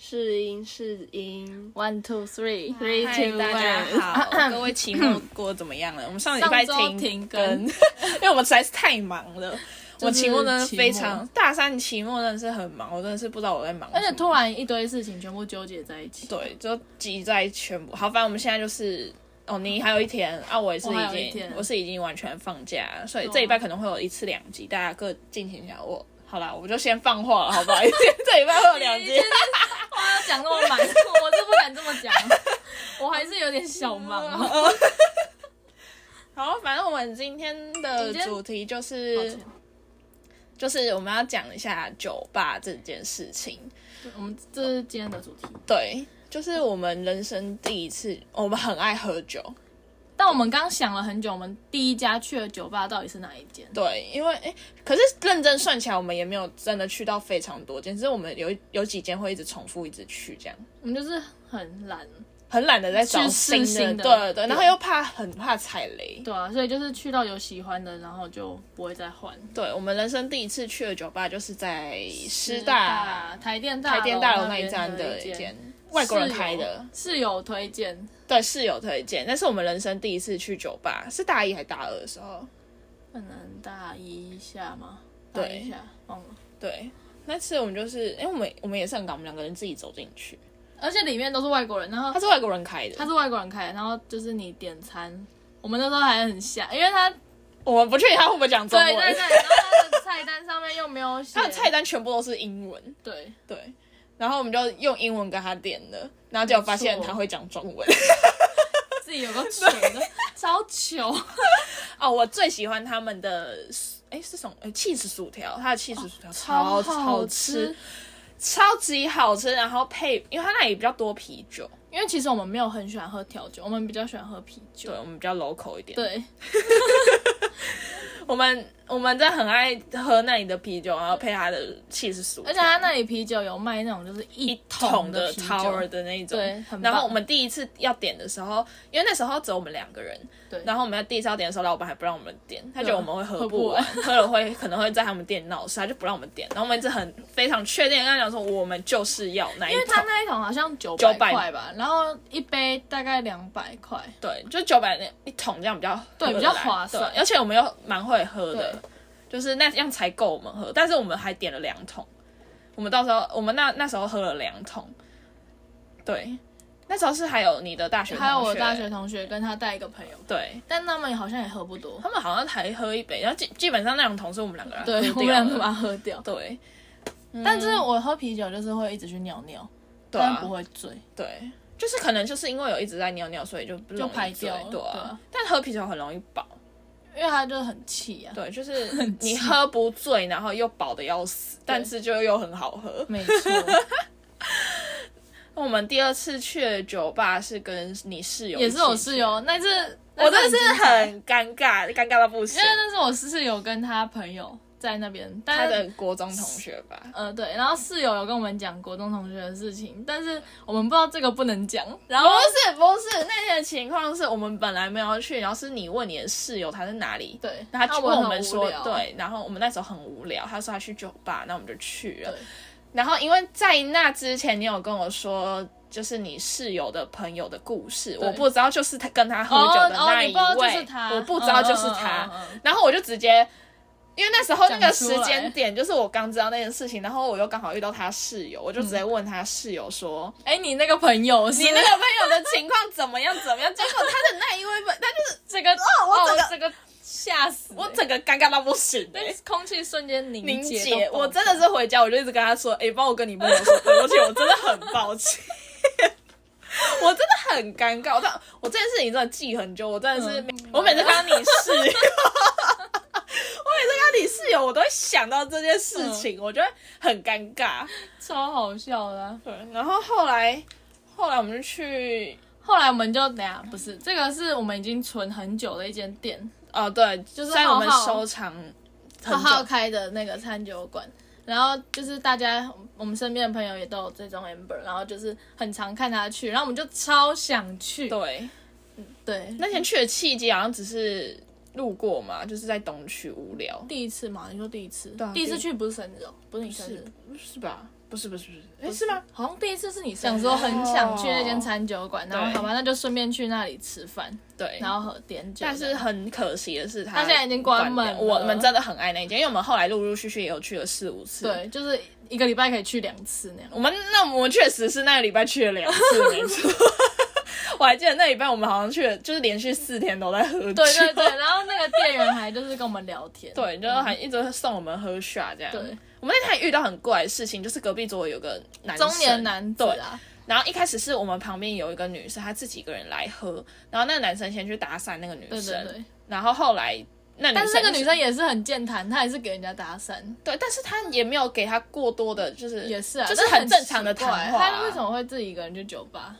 试音试音， One two three 嗨，大家 one 好，各位期末过得怎么样了？我们上礼拜上周停更更， 因为我们实在是太忙了。 我期末真的期末非常，大三期末真的是很忙，我真的是不知道我在忙什而么。且突然一堆事情全部纠结在一起。对，就挤在全部。好，反正我们现在就是。哦，你还有一天啊！我也是我还已有一经，天我是已经完全放假了，所以对啊这礼拜可能会有一次两集，大家各进行一下。我好啦，我就先放话了，好不好？意思？这礼拜会 有两集你，他讲那么满，我就不敢这么讲，我还是有点小忙。 啊 好，反正我们今天的你今天主题就是就是我们要讲一下酒吧这件事情。我们这是今天的主题，对，就是我们人生第一次，哦我们很爱喝酒。但我们刚想了很久，我们第一家去的酒吧到底是哪一间？对，因为诶，可是认真算起来，我们也没有真的去到非常多间，只是我们有一有几间会一直重复，一直去这样。我们就是很懒，很懒得在找去试新新的对对对，对然后又怕很怕踩雷。对啊，所以就是去到有喜欢的，然后就不会再换。对，我们人生第一次去的酒吧就是在师师大台电大台电大楼那那一边站的的一间，外国人开的，室友，室友推荐，对室友推荐，那是我们人生第一次去酒吧，是大一还大二的时候。可能大一下吗？对大一下忘了。对，那次我们就是，因为我们我们也是很赶，我们两个人自己走进去。而且里面都是外国人，然后他是外国人开他的，是外国人开的，然后就是你点餐，我们那时候还很吓，因为他对我们不确定他会不会讲中对对，文。然后他的菜单上面又没有写 他的菜单全部都是英文，对，对。然后我们就用英文跟他点的，然后结果发现没错他会讲中文。 自己有个蠢的，超糗，哦，我最喜欢他们的，哎，是什么？哎，气死薯条，他的气死薯条哦好好吃吃，。超级好吃。然后配，因为他那里比较多啤酒，因为其实我们没有很喜欢喝调酒，我们比较喜欢喝啤酒对。我们比较 local 一点。对，我们我们真的很爱喝那里的啤酒，然后配它的气势薯条，而且他那里啤酒有卖那种就是一一桶的的啤酒 tower 的那一种。对很棒然后我们第一次要点的时候，因为那时候只有我们两个人，对然后我们要第一次要点的时候，老板还不让我们点，他觉得我们会喝喝不完，完 喝了会可能会在他们店闹事，他就不让我们点。然后我们一直很非常确定地跟他讲说，我们就是要那一因为他桶。那一桶好像九900块吧，然后一杯大概两百块，对，就九百那一桶这样比较合对得比较来划算对而且我们又蛮会喝的对，就是那样才够我们喝。但是我们还点了两桶，我们到时候我们那那时候喝了两桶，对，那时候是还有你的大学同学，还有我大学同学跟他带一个朋友，对。但他们好像也喝不多，他们好像才喝一杯，然后基基本上那两桶是我们两个人对喝掉我们两个的把它喝掉。对但是我喝啤酒就是会一直去尿尿，对但啊不会醉。对，就是可能就是因为有一直在尿尿，所以就不容就易排掉醉了对对啊啊。但喝啤酒很容易饱，因为他就很气啊，对，就是你喝不醉，然后又饱的要死，但是就又很好喝。没 错，那我们第二次去的酒吧是跟你室友，也是我室，友那次，那我真次的是精彩，很尴尬，尴尬到不行因为。那是我室友跟他朋友在那边，他但是的国中同学吧，呃对，然后室友有跟我们讲国中同学的事情，但是我们不知道这个不能讲，然后不是不是，那天的情况是我们本来没有要去，然后是你问你的室友他在哪里，对，然后他那就问我很们无说，聊，对，然后我们那时候很无聊，他说他去酒吧，那我们就去了对。然后因为在那之前，你有跟我说，就是你室友的朋友的故事，我不知道就是他跟他喝酒的那一位，哦哦你不知道就是他我不知道就是他。嗯嗯嗯嗯嗯然后我就直接，因为那时候那个讲出时来间点就是我刚知道那件事情，然后我又刚好遇到他室友，我就直接问他室友说。 哎、你那个朋友是嗯你那个朋友的情况怎么样？怎么样？结果他的那一位朋，他就是这个哦，我整个这个吓死、我整个尴尬到不行、欸，那空气瞬间凝宁结姐，到爆我真的是回家我就一直跟她说，哎、帮我跟你朋友说对不起，我真的很抱歉， 我真的很尴尬，但我这件事情真的记很久，我真的是，我每次看到你室友，我每次看到你室友，我都会想到这件事情，我觉得很尴尬。超好笑的啊、对，然后后来，后来我们就去，后来我们就等一下不是这个是我们已经存很久的一间店，哦，对，就是在我们浩浩收藏很浩久，浩开的那个餐酒馆。然后就是大家，我们身边的朋友也都有追踪 Amber，然后就是很常看他去，然后我们就超想去。对，对，那天去的契机好像只是路过嘛，就是在东区无聊，第一次嘛，你说第一次，对啊第一次第一去不是生日哦，不是你生是日，是吧？不是不是不是，哎、是吗？好像第一次是你哦想说很想去那间餐酒馆，然后对好吧，那就顺便去那里吃饭，对，然后喝点酒。但是很可惜的是它，它现在已经关门了我们真的很爱那一间，因为我们后来陆陆续续也有去了四五次。，对，就是一个礼拜可以去两次 那样。我们那我们确实是那个礼拜去了两次，没错。 我还记得那礼拜我们好像去了，就是连续四天都在喝酒。对对对，然后那个店员还就是跟我们聊天。对，就是还一直送我们喝 shot 这样。对，我们那天还遇到很怪的事情，就是隔壁桌有个男生中年男子对，啊，然后一开始是我们旁边有一个女生，她自己一个人来喝，然后那个男生先去搭讪那个女对生，对对，然后后来那女生但是那个女就生也是很健谈，她也是给人家搭讪，对，但是她也没有给她过多的，就是也是啊，就是但很很正常的奇怪谈话啊她为什么会自己一个人去酒吧？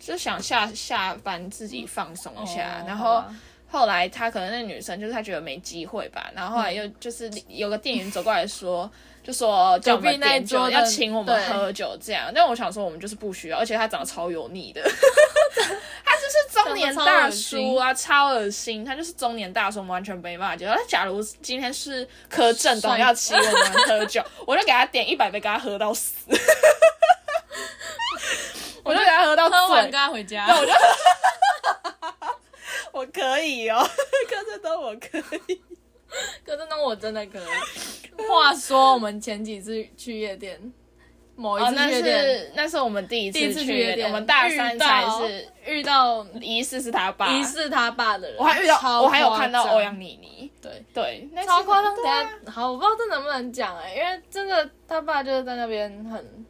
就想下下班自己放松一下，哦然好后吧后来她可能那女生就是她觉得没机会吧，然后后来嗯又就是有个店员走过来 说，就说叫我隔们壁那一点酒桌的要请我们对喝酒这样，但我想说我们就是不需要，而且他长得超油 腻的，他就是中年大叔啊，超恶心，他就是中年大叔，我们完全没办法接受。他假如今天是柯震东帅要请我们喝 酒，我就给他点一百杯，给他喝到死。我就给他喝到喝完跟，醉她回家，我就我可以哦， 柯震东我可以。可是那我真的可以。话说我们前几次去夜店，某一哦，次那去夜店，是那是我们第一次第一次去去夜夜店，店，我们大三才是遇到疑似是他爸，疑似他爸的人，我还遇到超我还有看到夸张欧阳妮妮，对。对，那次超夸张！等对一啊下，好，我不知道这能不能讲哎、因为真的他爸就是在那边很，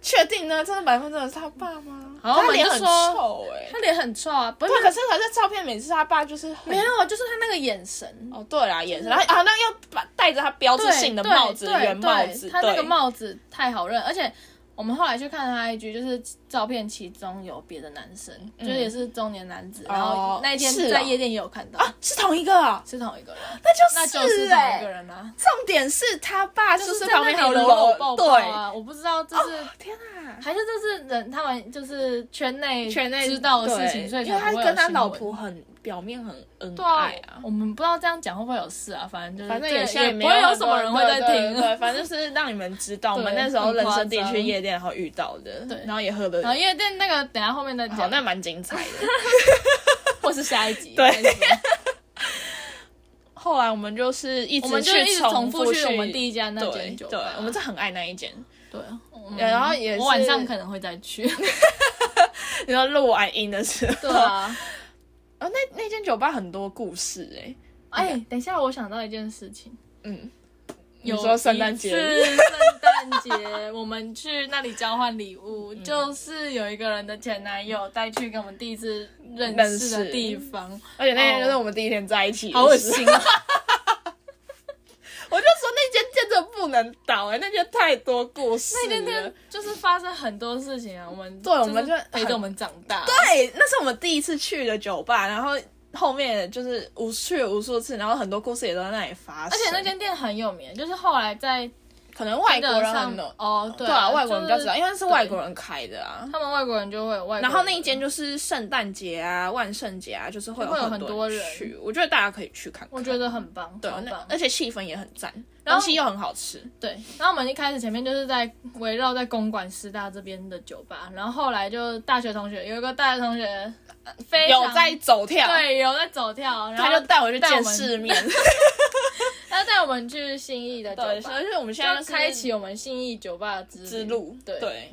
确定呢？真的百分之百是他爸吗？好我他们就脸很说臭哎，他脸很臭啊，不是对，可是可是照片每次他爸就是很没有，就是他那个眼神，哦，对啦，眼神，然后啊，那又把戴着他标志对性的对帽子，对圆对帽子，他那对个帽子太好认，而且我们后来去看他 IG，就是照片其中有别的男生，就是也是中年男子，然后那一天嗯是哦在夜店也有看到，是同一个啊，是同一个人，那就是那就是同哎一个人啊，重点是他爸就在是那旁边里还有搂搂搂抱抱对，啊，我不知道这是。天啊！还是这是人他们就是圈内圈内知道的事对情，所以因为才他不会有跟他新闻老婆很表面很恩对啊爱啊，我们不知道这样讲会不会有事啊，反正就是反正这也现在也没不会有很什多么人会在对对对听。反正就是让你们知道我 们对那时候很人夸生第一去张夜店然后遇到的，对然后也喝的，然后夜店那个等一下后面再好，讲，那蛮精 彩的。或是下一集。对下一集 后来我们就是一直我们就去一直重重复去去我们第一家那对间酒吧对，我们是很爱那一间。 对，啊嗯然后也是我晚上可能会再 去。你说录完音的时候，对 啊，啊，那那间酒吧很多故事哎，哎，等一下，我想到一件事情。嗯，你有说圣诞节一 次圣诞节我们去那里交换礼物，就是有一个人的前男友带去跟我们第一次认识认的识地方，而且那天就是我们第一天在一起，好恶心啊！ 我就说那间真的不能倒哎、那间太多故事了。 那天天就是发生很多事情啊，我们对我们就就是陪着我们长大，对，对，那是我们第一次去的酒吧，然后后面就是无去了无数次，然后很多故事也都在那里发生。而且那间店很有名，就是后来在可能外国人上很多，哦，对对啊，外国人比较知道，就是因为是外国人开的啊。他们外国人就会有外国人，然后那一间就是圣诞节啊、万圣节啊，就是会有会有很很多人人去，我觉得大家可以去看看。我觉得很棒，对超，那呃棒而且气氛也很赞，然东后西又很好吃。对，然后我们一开始前面就是在围绕在公馆师大这边的酒吧，然后后来就大学同学有一个大学同学呃非常有在走跳，对有在走跳，然他后就带我去带我见们世面。 他带我们去信义的酒对，吧所，以我们现在就开是启我们信义酒吧之之路。对，对，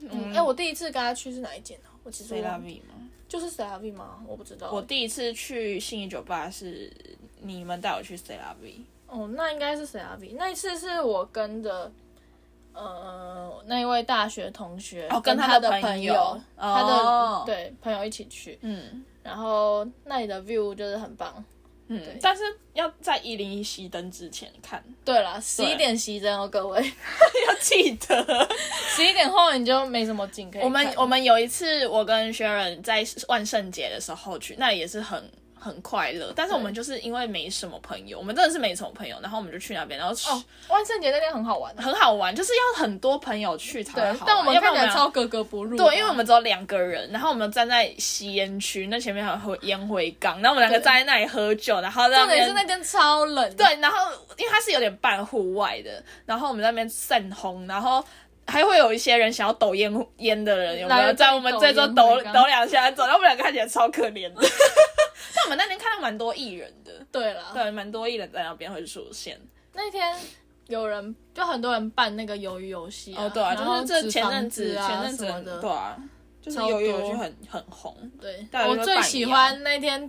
嗯，哎、我第一次跟他去是哪一间呢、啊我其实忘记吗？就是 s t a v i 吗？我不知道。我第一次去信义酒吧是你们带我去 C R V，哦，那应该是 s t a v i 那一次是我跟着。呃，那一位大学同学哦跟跟他他的朋朋友友，他的、哦对朋友一起去，嗯然后那里的 view 就是很棒。嗯，但是要在一零一熄灯之前看，对了，十一点熄灯哦，各位，要记 得。十一点后你就没什么景可以看。我们我们有一次，我跟 Sharon 在万圣节的时候去，那也是很很快乐。但是我们就是因为没什么朋友，我们真的是没什么朋友，然后我们就去那边，然后、哦，万圣节那天很好玩啊。很好玩，就是要很多朋友去才会对好，玩。啊但我们要不看然起来我们超格格不入的。对，因为我们只有两个人，然后我们站在吸烟区，那前面还有灰烟灰缸，然后我们两个站在那里喝酒，然后在啊重那点边是那天超冷。，对，然后因为它是有点半户外的，然后我们在那边散烘，然后还会有一些人想要抖烟烟的人，有没来有在我们这桌抖抖烟抖两下走？然后我们两个看起来超可怜的。但我们那天看到蛮多艺人的，对了， 对，蛮多艺人在那边会出现。那天有人就很多人办那个鱿鱼游戏、哦，对啊，然后就是这纸前房阵子子，啊前阵什么子的，对啊，就是超有有多去很很红。对大，家我都最扮喜演欢那天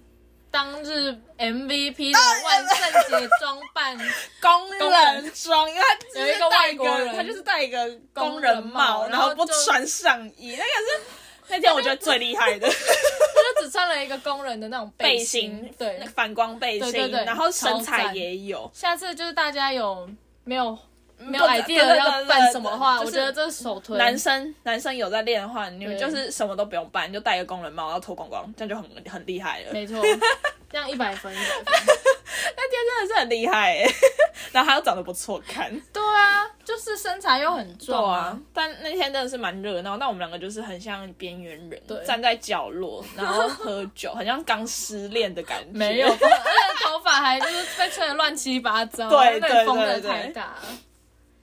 当日 MVP 的万圣节装 扮，工工人人装，因为他就是有一个戴外国人他就是戴一个工工人人帽，帽然后然后不就穿上衣，那个是那天我觉得最厉害的他就只穿了一个工人的那种背心。心，对那个，反光背对对心，对然后身超材赞也有，下次就是大家有没有没有嗯不对对 idea 对要对办对什么对的话，就我是觉得这首推男生男生有在练的话，你们对就是什么都不用办，你就戴一个工人帽，然后脱光光，这样就很很厉害了。没 错，这样一百分，一百分。真的是很厉害欸， 然后还要长得不错看。对啊，就是身材又很对壮啊，，但那天真的是蛮热闹，但我们两个就是很像边缘人对，站在角落，然后喝酒，很像刚失恋的感觉。 没有，而且头发还就是被吹得乱七八糟，对那里对风对的对太大了。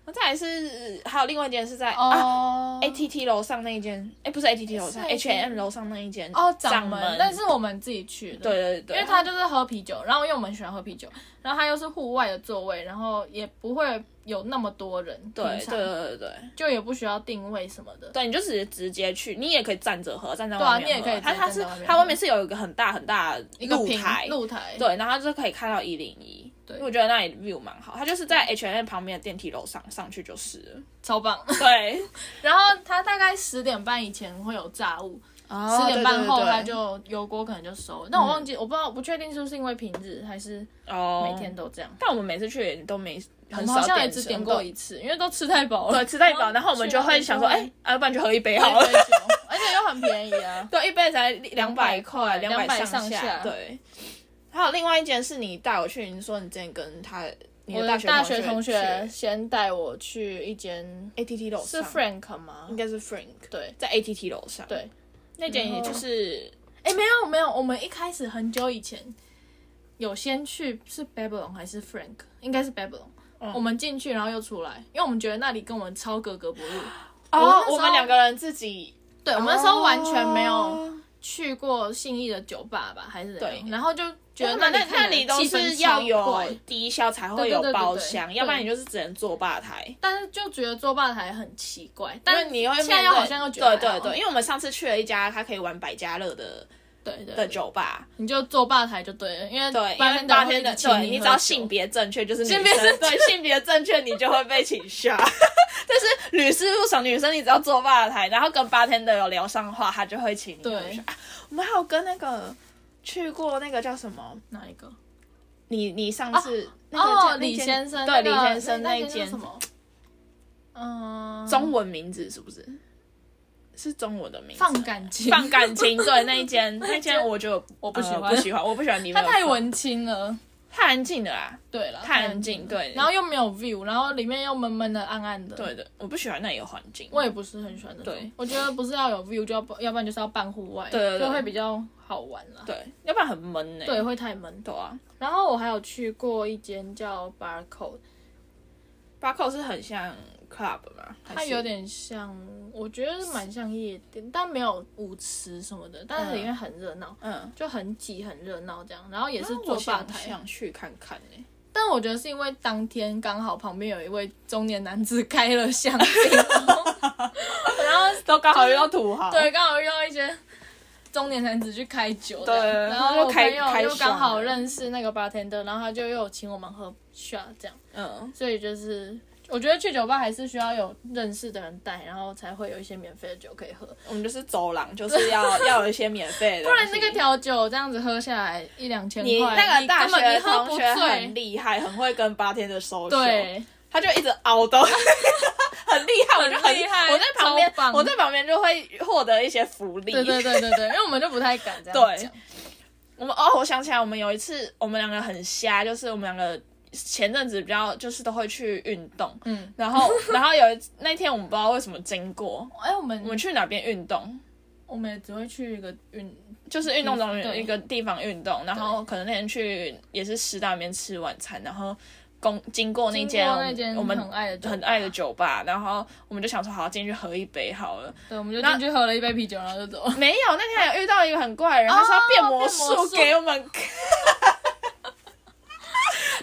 那再来是还有另外一间是在、啊哦 ATT 楼上那一间，哎、不是 ATT 楼上是 H&M 楼上那一间哦，掌掌门，但是我们自己去的，对对对，因为他就是喝啤酒，然后因为我们喜欢喝啤酒，然后他又是户外的座位，然后也不会有那么多人，对平对常对对对。就也不需要定位什么的。对，你就直直接去，你也可以站着喝，站在对啊外面喝。你也可以它直接它站是在外面它喝外面是有一个很大很大的一个露平台，露台，对，然后就是可以看到一零一。对因为我觉得那里 view 蛮好，它就是在 H&M 旁边的电梯楼上上去就是了。超 棒。 对，然后他大概十点半以前会有炸物，十十点半后他就油锅可能就熟了。但我忘嗯记，我不知道，我不确定是不是因为平日还是哦每天。都这样。但我们每次去也都没我们很少好像也只什么点过都呃一次，因哦为都吃太饱了。对吃太饱，然后我们就 会想说，哎，要不然就喝一杯好 了。。了，而且又很便宜啊对，一杯才两百块， 200两200上上下对。还有另外一件是你带我去，你说你之前跟他你我的的大大学学同学学先带我去一间 ATT 楼是上， Frank 吗应？该是 Frank 对，在 ATT 楼上。对，那间也就是哎，没有没有，我们一开始很久以前有先去是 Babylon 还是 Frank？应该是 Babylon。我嗯们进去然后又出来，因为我们觉得那里跟我们超格格不入。哦，我那时候我们两个人自己，哦对，我我们那时候完全没有去过信义的酒吧吧，还是怎样对然后就觉我得们里那那看起里来都气是氛要超有怪低消才会对对有对对包对厢，对要不然你就是只能坐吧台。但是就觉得坐吧台很奇怪，因但为你又嗯现在又好像又觉得对还对好对，因为我们上次去了一家它可以玩百家乐的对对的对，酒吧，你就坐吧台就对了，因为对，因为八八天天的请对，你喝只要酒性别正确就是女性别生正对性别正确你就会被请下， 但是女事务所女生你只要坐吧台，然后跟八天的有聊上话，他就会请你喝对酒。啊我们还有跟那个去过那个叫什么？哪一个？你你上次、那个哦叫，那李间先生那对个李先生那一间间叫什么？嗯，中文名字是不是？是中文的名字。放感情，放感情，对那一间那间我就 我不喜欢呃不喜欢，我不喜欢里面他有太放文青了，太安静了啦，对了，太安静，对，然后又没有 view，然后里面又闷闷的、暗暗的，对的，我不喜欢那里的环境。我也不是很喜欢这种。对我觉得不是要有 view，就要不要不然就是要办户外，对对对就会比较好玩啦。对，要不然很闷呢、对，会太闷。对啊，然后我还有去过一间叫 Barcode，巴扣是很像 club 嘛，它还是有点像，我觉得是蛮像夜店，但没有舞池什么的，但是里面很热闹，嗯，就很挤很热闹这样。然后也是啊坐我吧想台，想去看看欸呢、但我觉得是因为当天刚好旁边有一位中年男子开了香槟，然后 都刚好遇到土豪，对，刚好遇到一些中年男子去开酒对的，然他就后我开朋友开又刚爽好了认识那个 bartender，然后他就又请我们喝 shot 这样，嗯，所以就是我觉得去酒吧还是需要有认识的人带，然后才会有一些免费的酒可以喝，我们就是走廊，就 是要要有一些免费的东西，不然那个调酒这样子喝下来一两千块，你那个大根本学你喝同不学很醉，厉害，很会跟八天的收手，对，他就一直凹到， 很厉害，我就很厉害我在旁边超，棒我在旁边就会获得一些福利，对对对对对，因为我们就不太敢这样对讲，我们哦，我想起来，我们有一次我们两个很瞎，就是我们两个前阵子比较就是都会去运动，嗯，然 后然后有一那天我们不知道为什么经过，哎、我们我们去哪边运动，我们也只会去一个运，就是运动中有嗯对一个地方运动，然后可能那天去也是师大那边吃晚餐，然后公经过那间经过那间我们很爱的酒吧很爱的酒吧，然后我们就想说好进去喝一杯好了，对，我们就进去喝了一杯啤酒，然后就走了。没有，那天还有遇到一个很怪的人，他说要变魔哦变魔术术给我们看。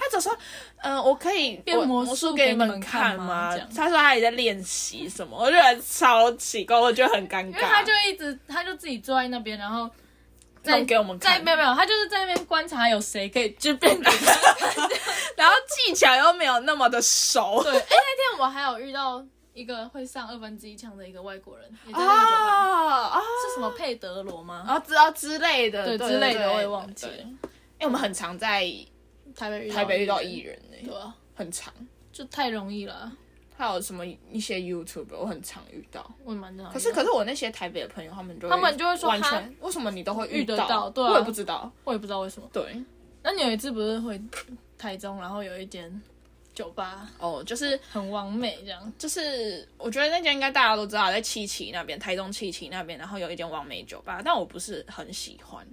他只说，嗯、我可以变我魔魔术给给你们们看吗吗这样？他说他也在练习什么，我觉得超奇怪，我觉得很尴尬。因为他就一直，他就自己坐在那边，然后在弄给我们在看没，有没有，他就是在那边观察有谁可以就变 给他。然后技巧又没有那么的熟。 对，哎、那天我还有遇到一个会上二分之一枪的一个外国人，也在那个酒吧，哦，是什么佩德罗吗？然后之啊之类的，对对之类的对我也忘记了对因为我们很常在台北遇到台北遇到艺，人呢、对啊，很常。就太容易了，还有什么一些 YouTube，我很常遇到。我也蛮这样。可是可是我那些台北的朋友，他们就他们就会说完哈全为什么你都会遇到，得到对啊我也不知道，我也不知道为什么。对，那你有一次不是回台中，然后有一间酒吧哦，就是很完美这样，就是，我觉得那间应该大家都知道，在七期那边，台中七期那边，然后有一间完美酒吧，但我不是很喜欢。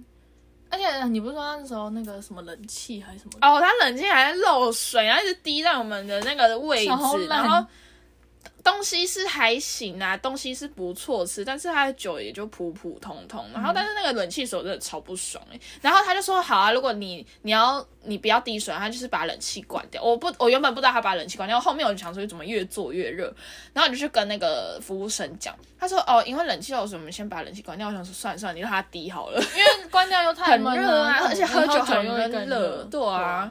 而且你不是说那时候那个什么冷气还是什么？哦，它冷气还在漏水，然后一直滴在我们的那个位超置，烂然后东西是还行啊，东西是不错吃，但是它的酒也就普普通通。然后，但是那个冷气手真的超不爽哎、然后他就说：“好啊，如果你你要你不要滴水，他就是把冷气关掉。”我不，我原本不知道他把冷气关掉，后面我就想说怎么越做越热，然后我就去跟那个服务生讲，他说：“哦，因为冷气有水，我们先把冷气关掉。”我想说算了算了，你让它滴好 了。因为关掉又太很闷热啊，了而且喝酒很又更热，对啊。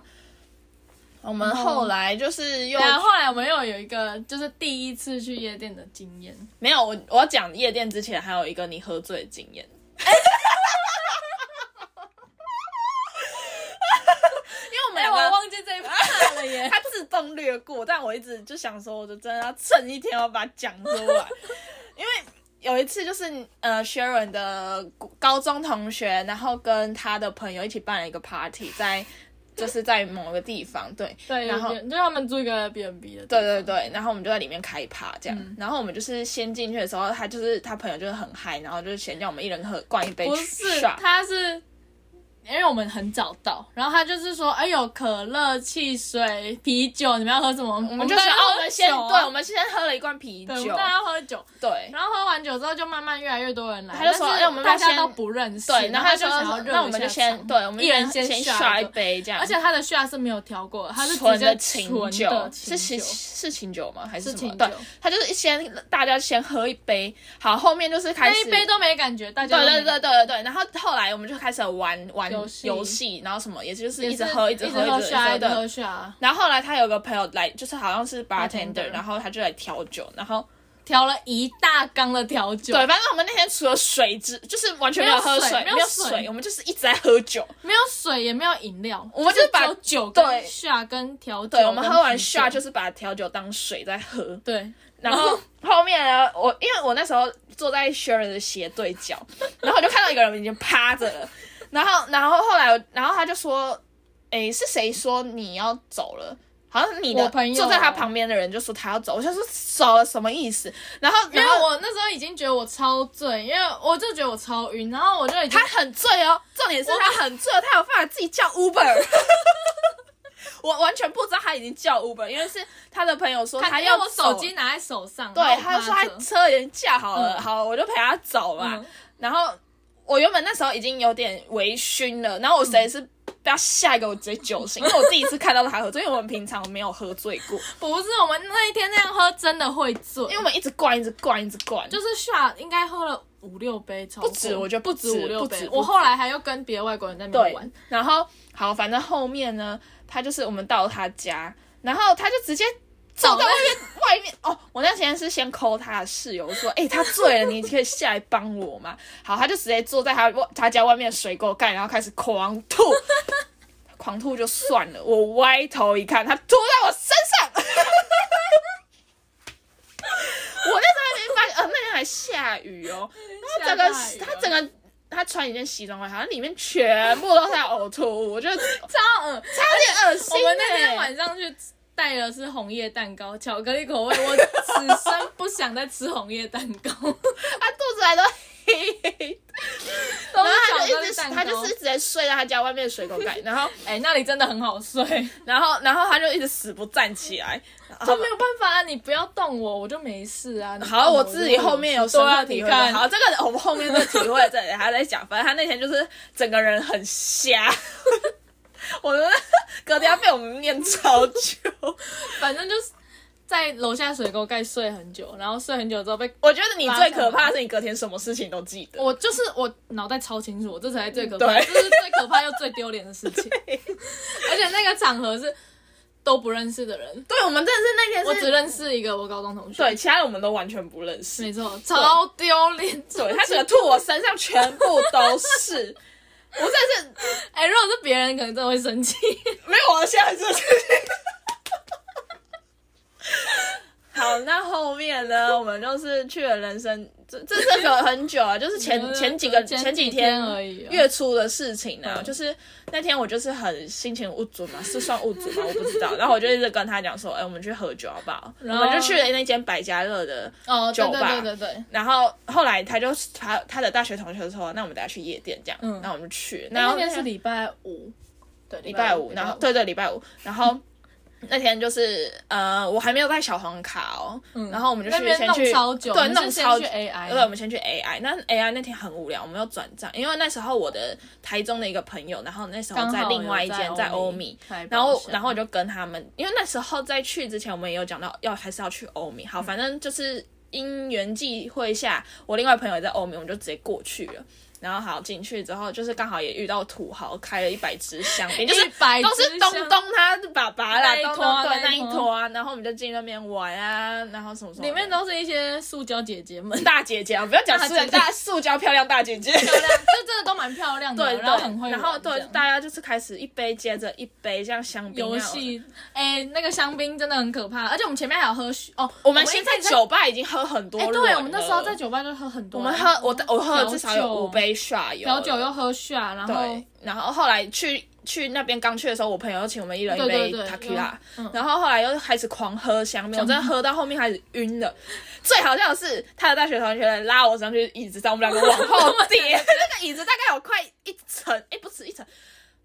我们后来就是又对啊，后来我们又有一个就是第一次去夜店的经验，没有我，我要讲夜店之前还有一个你喝醉的经 验。因为我哎，们两我个忘记这一趴了耶。它自动略过，但我一直就想说，我就真的要趁一天我把它讲出来，因 为有一次就是呃，Sharon 的高中同学，然后跟他的朋友一起办了一个 party，在就是在某个地方，对，对，然然后后就他们住一个 B&B 的，对对对，然后我们就在里面开趴这样，嗯然后我们就是先进去的时候，他就是他朋友就是很嗨，然后就是先叫我们一人喝灌一杯不是， shot，他是因为我们很早到，然后他就是说，哎，有可乐、汽水、啤酒，你们要喝什么？我我们们就说哦，我我们先对，我们先喝了一罐啤对，我们酒，大家喝酒，对。然后喝完酒之后，就慢慢越来越多人来，他就说但是哎我们要大家先都不认识，对，然后他他就说想要：“热那我们就一下先场对，我们一人先下刷一，杯这样。”而且他的 shot 是没有调过，他是直纯接琴纯酒的，是琴琴酒是琴酒吗？还是是什么？琴对酒，他就是先大家先喝一杯，好，后面就是开那始一杯都没感觉，大家对都对没对对对对，然后后来我们就开始玩玩游戏游戏，然后什么也是就是也一直是喝一直直喝一直下喝一直喝的。下，然后后来他有个朋友来，就是好像是 bartender， bartender 然后他就来调酒，然后调了一大缸的调酒，对，反正我们那天除了水之，就是完全没有有喝水水，没没有有水水，我们就是一直在喝酒。没有水也没有饮料，我们就就是是把只有酒跟对下跟调酒跟啤酒，对，我们喝完 shot 就是把调酒当水在 喝。对，然后后面呢，我因为我那时候坐在 Sharon 的斜对 角，然后我就看到一个人已经趴着了，然后然后后来我，然后他就说，诶，是谁说你要走了？好像是你的我朋友坐在他旁边的人就说他要走，我就说走了什么意思？然后因然为后我那时候已经觉得我超醉，因为我就觉得我超晕，然后我就已经他很醉哦，重点是他很醉，他有办法自己叫 Uber。我完全不知道他已经叫 Uber，因为是他的朋友说看他因为要我走手了机拿在手上，对，然后他我就说他趴着车已经架好了，嗯好，我就陪他走嘛。嗯然后我原本那时候已经有点微醺了，然后我实在是被他吓一个，我直接酒醒，因为我第一次看到他喝醉，因为我们平常没有喝醉过，不是我们那一天那样喝真的会醉，因为我们一直灌，一直灌，一直灌，就是下应该喝了五六杯超过，不止我觉得不不止止五六不杯止。我不止后来还又跟别的外国人在那边对玩，。然后好，反正后面呢，他就是我们到他家，然后他就直接。走到外面，外面哦！我那天是先 call 他的室友说：“哎、 他醉了，你可以下来帮我吗？”好，他就直接坐在他外他家外面的水沟盖，然后开始狂 吐，狂吐就算了，我歪头一看，他吐在我身上。 我那时候还没发现，呃，那天还下雨哦，下整个大雨他了整个他穿一件西装外套，它里面全部都是他呕吐，我觉得超超恶级恶心、我欸。们那天晚上去带的是红叶蛋糕，巧克力口味。我此生不想再吃红叶蛋 糕，他肚子还都黑黑的，都然是巧克后他就一力直蛋糕。他就是一直在睡在他家外面的水沟盖，然后哎、那里真的很好睡，然后然后他就一直死不站起来，然就后没有办法啊！你不要动我，我就没事啊。你动哦好，我就自己后面有深对啊，刻你体会。看，好，这个我们后面的体会这里还在讲，反正他那天就是整个人很瞎，我的隔天被我们念超久。反正就是在楼下水沟盖睡很久，然后睡很久之后被我觉得你最可怕的是你隔天什么事情都记得。我就是我脑袋超清楚，我这才是最可怕，对这是最可怕又最丢脸的事 情。而且那个场合是都不认识的人，对，我们真的是那天是我只认识一个我高中同学。对，其他人我们都完全不认识。没错，超丢脸。对，他整个吐我身上全部都 是，我真的是哎、如果是别人，可能真的会生气。没有，啊我现在这事情。 好，那后面呢？我们就是去了人生，这这这 个很久啊，就 是前前几个前前几几天天而已啊月初的事情呢、嗯就是那天我就是很心情不足嘛，是算不足嘛，我不知道。然后我就一直跟他讲说，哎、我们去喝酒好不 好？我然后们就去了那间百家乐的哦，对酒对吧对对对。然后后来他就他他的大学同学说，那我们等下去夜店这样，嗯然后我们就去，然那后天是礼拜五，对，礼礼拜五，然后对对礼拜五，然后那天就是呃，我还没有带小黄卡哦，然后我们就嗯那去边先弄去超久对你是弄先超去 AI 对，我们先去 AI，那 AI 那天很无聊，我们要转账，因为那时候我的台中的一个朋友，然后那时候刚在好另外一有在间在欧欧米米开，然后包厢然后我就跟他们，因为那时候在去之前我们也有讲到要还是要去欧米，好，反正就是因缘际会下，我另外朋友也在欧米，我们就直接过去了。然后好进去之后，就是刚好也遇到土豪开了一百支香槟，就是百都是东东他爸爸啦，那一东东坨啊对那那一一坨坨啊，然后我们就进那边玩啊，然后什么什么的，里面都是一些塑胶姐姐 们，大姐姐啊，不要讲大塑姐 姐大塑胶漂亮大姐姐，漂亮，就真的都蛮漂亮的，对对，然后很会玩然后这对样大家就是开始一杯接着一杯这样香槟啊游。戏，哎、那个香槟真的很可怕，而且我们前面还有喝酒哦，我我们一先开在始酒吧已经喝很多哎、轮了，对，我们那时候在酒吧就喝很多，我们喝我我喝了至少有调酒五杯 shot 有调酒了又喝下，然后对，然后后来去去那边刚去的时候，我朋友又请我们一人一对对杯对 tequila，嗯然后后来又开始狂喝香槟，我真的喝到后面开始晕了。嗯 最好笑的是，他的大学同学拉我上去椅子上，我们两个往后 跌，那个椅子大概有快一层，哎，不止一层，大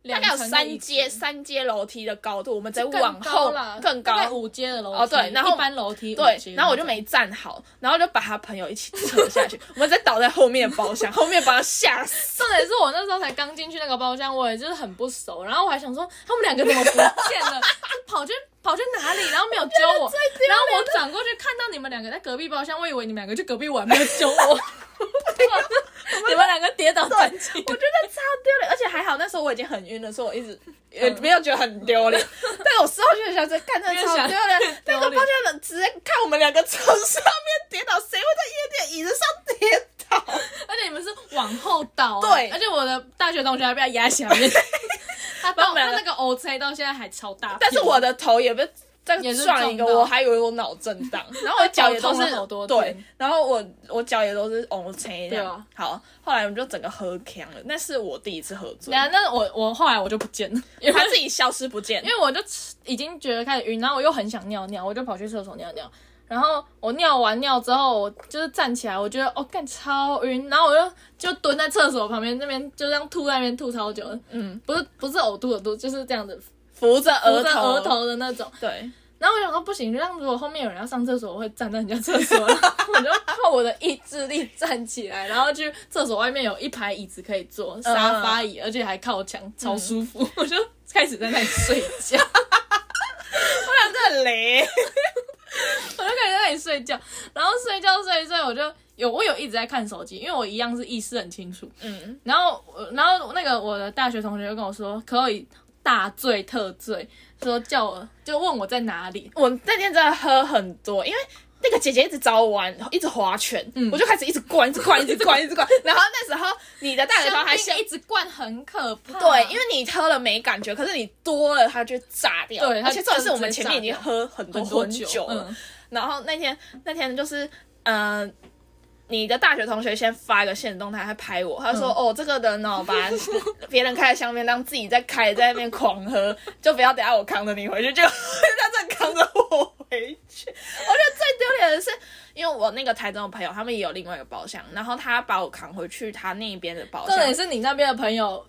两概有层的椅三子阶三阶楼梯的高度，我们再更往高后啦更大概高。五阶的楼梯哦对然后一般楼梯五阶对，然后我就没站好，然后就把他朋友一起扯下去， 我们再倒在后面的包厢，后面把他吓死。 重点是我那时候才刚进去那个包厢，我也就是很不熟，然后我还想说他们两个怎么不见了，就跑去跑去哪里，然后没有揪我，然后我转过去看到你们两个在隔壁包厢，我以为你们两个去隔壁玩，没有 揪我，啊你们两个跌倒站起来我觉得超丢脸，而且还好那时候我已经很晕了，所以我一直也嗯没有觉得很丢 脸。但是我事后就想，这干真的超越想丢脸。那丢个脸包厢人直接看我们两个从上面跌倒，谁会在夜店椅子上跌倒？ 而且你们是往后倒、啊，对而且我的大学同学还被他压下 面，他把我然他后那个 O C 到现在还超大片，但是我的头也被这也样是撞一个，撞到我还以为我脑震荡，然后我脚也都头是痛了好多对天，然后我我脚也都是 O C 这对样啊。好，后来我们就整个喝呛了，那是我第一次喝等醉 一，下，那我我后来我就不见了，因为他自己消失不见因。为我就已经觉得开始晕，然后我又很想尿尿，我就跑去厕所尿尿。然后我尿完尿之后，我就是站起来，我觉得哦干超晕，然后我就就蹲在厕所旁边那边就这样吐在那边吐超久，嗯，不是不是呕吐的吐，就是这样子扶着额扶着头，额，头的那种。对。然后我想说不行，这样如果后面有人要上厕所，我会站在人家厕所， 然后我就靠我的意志力站起来，然后去厕所外面有一排椅子可以嗯坐，沙发椅，而且还靠墙，超舒服，我就开始在那里睡 觉，真的很雷，我就开始在那里睡觉，然后睡觉睡一睡，我就有我有一直在看手机，因为我一样是意识很清楚，嗯，然后我然后那个我的大学同学就跟我说，可以大醉特醉，说叫我就问我在哪里， 我那天真的喝很多，因为那个姐姐一直找我玩，一直划拳，嗯我就开始一直灌，一直灌，一直灌，一直灌。然后那时候你的大学头还香 先槟一直啊灌很可怕，对，因为你喝了没感觉，可是你多了它就会炸掉。对它而且重点是我们直接前炸面已经掉喝很多很多酒了。嗯然后那天那天就是，嗯、你的大学同学先发一个现实动态，还拍我，他就说、嗯哦这个人哦，把别人开的香槟当自己在开，在那边狂喝，就不要等下我扛着你回去，就他正扛着我回去。我觉得最丢脸的是，因为我那个台中的朋友，他们也有另外一个包厢，然后他把我扛回去他那边的包厢重，点是你那边的朋友，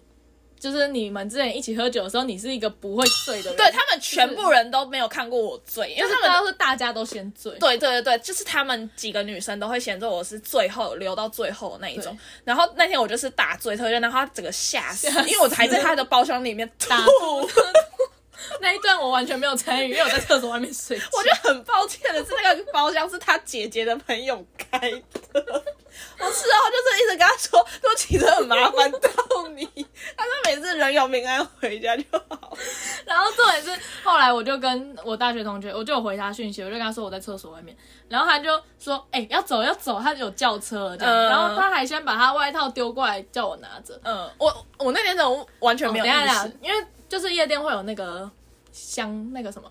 就是你们之前一起喝酒的时候，你是一个不会醉的人，对他们全部人都没有看过我醉，因就为是他们大家是大家都先醉，对对对对，就是他们几个女生都会嫌着我是最后留到最后的那一种对。然后那天我就是大醉特醉，然后他整个吓死，因为我还在他的包厢里面吐。 打我吐那一段我完全没有参与，因为我在厕所外面睡觉。觉得很抱歉的是，那个包厢是他姐姐的朋友开的。 我事后哦就是一直跟他说，对不起，真的很麻烦到 你。他说每次人有平安回家就好。然后重点是，后来我就跟我大学同学，我就有回他讯息，我就跟他说我在厕所外面，然后他就说，哎、要走要走，他有叫车了这样，嗯然后他还先把他外套丢过来叫我拿着，嗯，我我那天怎么完全没有哦等意一下等识一下？，因为就是夜店会有那个香，那个什么。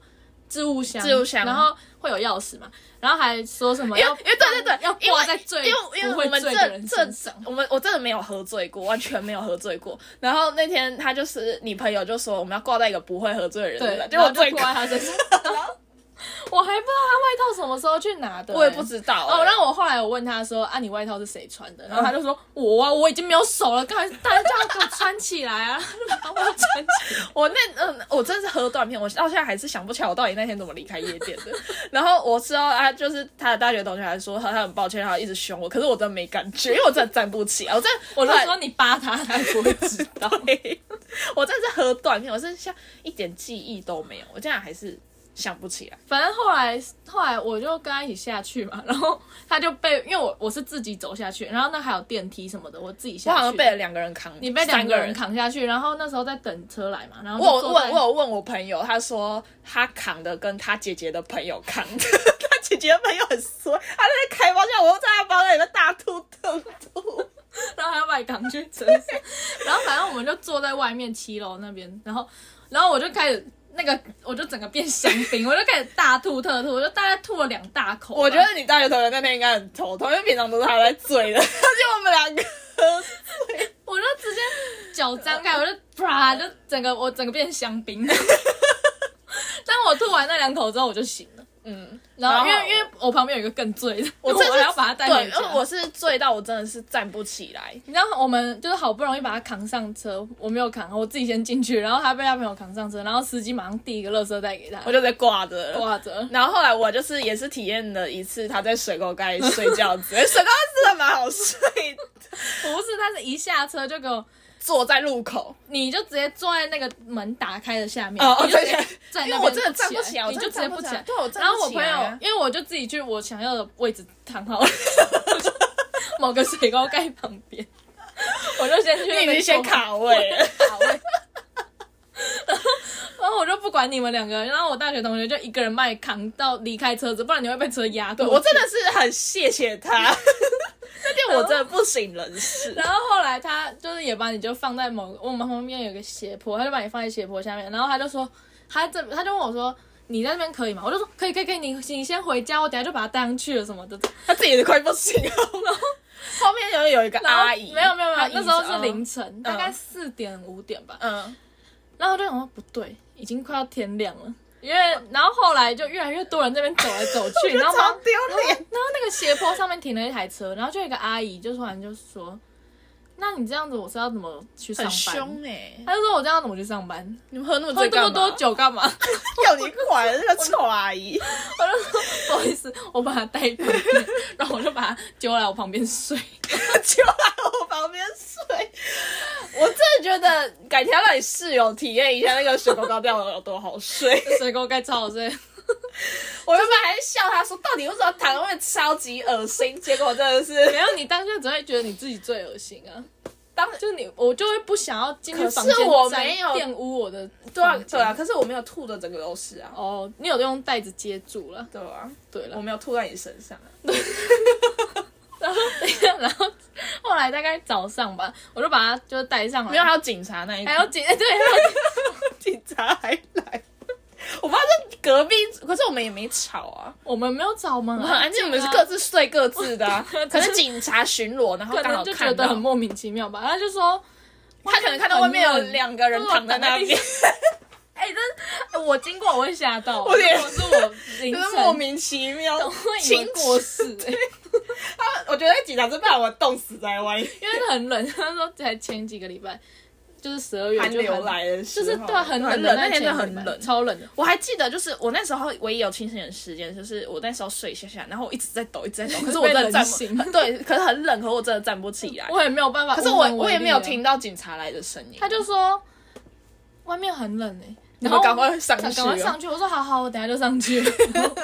置物箱，置物箱然后会有钥匙嘛，然后还说什么因要为因为对对对，要因为挂在最因为因为不我会们醉的这人这身上，我们我真的没有喝醉过，完全没有喝醉过。然后那天他就是你朋友就说我们要挂在一个不会喝醉的人身对上，，结然果后就最挂在他身上，然后我还不知道他外套什么时候去拿的、我也不欸知道嗯哦，欸然后我后来我问他说：“啊，你外套是谁穿的？”然后他就说：“我啊，我已经没有手了，刚才大家叫我给我穿起来啊， 他就把我穿起来。我那嗯，我真的是喝断片，我到现在还是想不起来我到底那天怎么离开夜店的。然后我知道啊，就是他的大学同学还说他他很抱歉，他一直凶我，可是我真的没感觉，因为我真的站不起来，我真的”我就后来说：“你扒他，他也不会知道。对，我真的是喝断片，我真的像一点记忆都没有，我竟然还是想不起来。”反正后来后来我就跟他一起下去嘛，然后他就被因为我我是自己走下去，然后那还有电梯什么的，我自己我下去。好像被了两个人扛，你被三两个个人。扛下去，然后那时候在等车来嘛，然后就我有坐问，在我有问我朋友，他说他扛的跟他姐姐的朋友扛的， 他姐姐的朋友很衰，他在那开包厢，我又在他包厢里面大吐特吐。然后还要把你扛去诊所。然后反正我们就坐在外面七楼那边，然后然后我就开始那个，我就整个变香槟，我就开始大吐特吐，我就大概吐了两大口吧。我觉得你大学同学那天应该很头痛，因为平常都是他在醉的， 而且我们 两个我就直接脚 张开，我就啪，就整个我整个变香槟。 但我吐完那两口之后我就醒了，嗯，然后因然后为因为我旁边有一个更醉的， 我我真的还要把他带对，回因家嗯为。我是醉到我真的是站不起来，你知道我们就是好不容易把他扛上车，我没有扛，我自己先进去，然后他被他朋友扛上车，然后司机马上递一个垃圾袋给他，我就在挂着 了。挂着。然后后来我就是也是体验了一次他在水沟盖睡觉子，水沟盖真的蛮好睡的，不是，他是一下车就给我，坐在路口。你就直接坐在那个门打开的下面，哦哦你就直接对站在那边因为我真的站不起起来，我你就真直接的站不起起来来。对，我站然后不我起朋来友啊，因为我就自己去我想要的位置躺好，某个水沟盖旁边，我就先去那 你已边经坐先卡位了，卡位。然后我就不管你们两个，然后我大学同学就一个人卖扛到离开车子，不然你会被车压过对去。 我真的是很谢谢他，那天我真的不省人事。然后后来他就是也把你就放在某我们旁边有个斜坡，他就把你放在斜坡下面，然后他就说他这他就问我说你在那边可以吗？我就说可以可以可以，你你先回家，我等下就把他带上去了什么的。他自己都快不行了，后面有有一个然后 阿姨，没有没有没她有一，直那时候是凌，晨，大概四点五点吧。嗯，然后我就想说不对，已经快要天亮了。因为，然后后来就越来越多人这边走来走去，然后超 哦旁丢脸。然后那个斜坡上面停了一台车，然后就有一个阿姨就突然就说：“那你这样子，我是要怎么去上很班？”凶哎！他就说我这样怎么去上班？你们喝那么喝醉这么干多嘛？ 酒干嘛？ 要你管那个臭阿姨！ 我就说不好意思，我把他带过来，然后我就把他揪来我旁边 睡。就来我旁边睡。我真的觉得改天要让你室友体验一下那个水沟高掉有多好睡。水沟盖超好 睡，我原本还笑他说，到底为什么躺在外面超级恶心，结果真的是。然后你当下只会觉得你自己最恶心啊。当就是你，我就会不想要进去可是房间沾，我没有玷污我的房间。对啊，对啊，可是我没有吐的整个都是啊。哦，你有用袋子接住了。对啊，对我了，没有吐在你身上啊。然后 然后后来大概早上吧，我就把他就是啊带上来， 没有，还有警察那一还有姐对，还有警察还来。我妈在隔壁，可是我们也没吵啊，我们没有找吗？我们很安静，我们是啊各自睡各自的、 啊。可可是是警察巡逻，然后可刚能好就觉看得到很，莫名其妙吧。他就说，他可能看到外面有很冷两个人躺在那边，哎、真我经过我会吓到，我也如果是我 凌就晨是莫名其 妙我会，以为亲过世、哎我觉得警察真怕我冻死在外面，因为很冷。他说才前几个礼拜，就是十二月寒就流很来的时就候是对啊，很很的冷，那那天真前几的个很礼拜冷。超冷的。我还记得，就是我那时候唯一有清醒的时间，就是我那时候睡下下，然后我一直在抖，一直在抖，可是我真的站 被冷不 对，可是很冷，可是我真的站不起来。我也没有办法，可可是我我也没有听，到警察来的声音，他就说外面很冷哎、你然们后赶快上去赶赶快哦上去，我说好好，我等下就上去。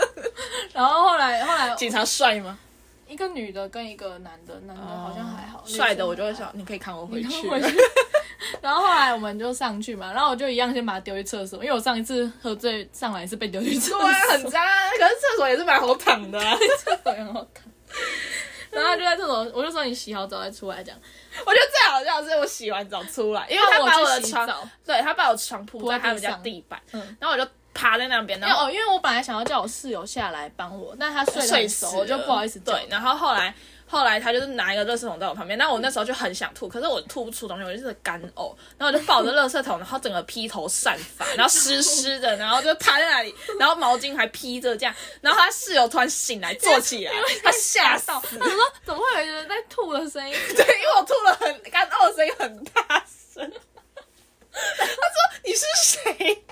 然后后来后来警察帅吗？一个女的跟一个男的，男的好像还好，哦帅的我就会想。想，你可以看我回然后去。我就 然后后来我们就上去嘛，然后我就一样先把它丢去厕所，因为我上一次喝醉上来是被丢去厕 所，对啊，很 脏啊，可是厕所也是蛮好躺的啊、对，很好看。然后他就在厕所，我就说你洗好澡再出来这样，我觉得最好笑的是我洗完澡出来，因为那他我把去我的洗床澡，对他把我床铺铺在在他们地家上地板，嗯然后我就趴在那边，然因为后哦，因为我本来想要叫我室友下来帮我，但他睡得睡很死熟，了，我就不好意思叫对，然后后来后来他就是拿一个垃圾桶在我旁边，那我那时候就很想吐，可是我吐不出东西，我就是干呕，然后我就抱着垃圾桶，然后整个披头散发，然后湿湿的，然后就趴在那里，然后毛巾还披着这样，然后他室友突然醒来坐起来，他吓到，他说怎么会有一个人在吐的 声音？对，因为我吐了很干呕，声音很大声。他说：“你是谁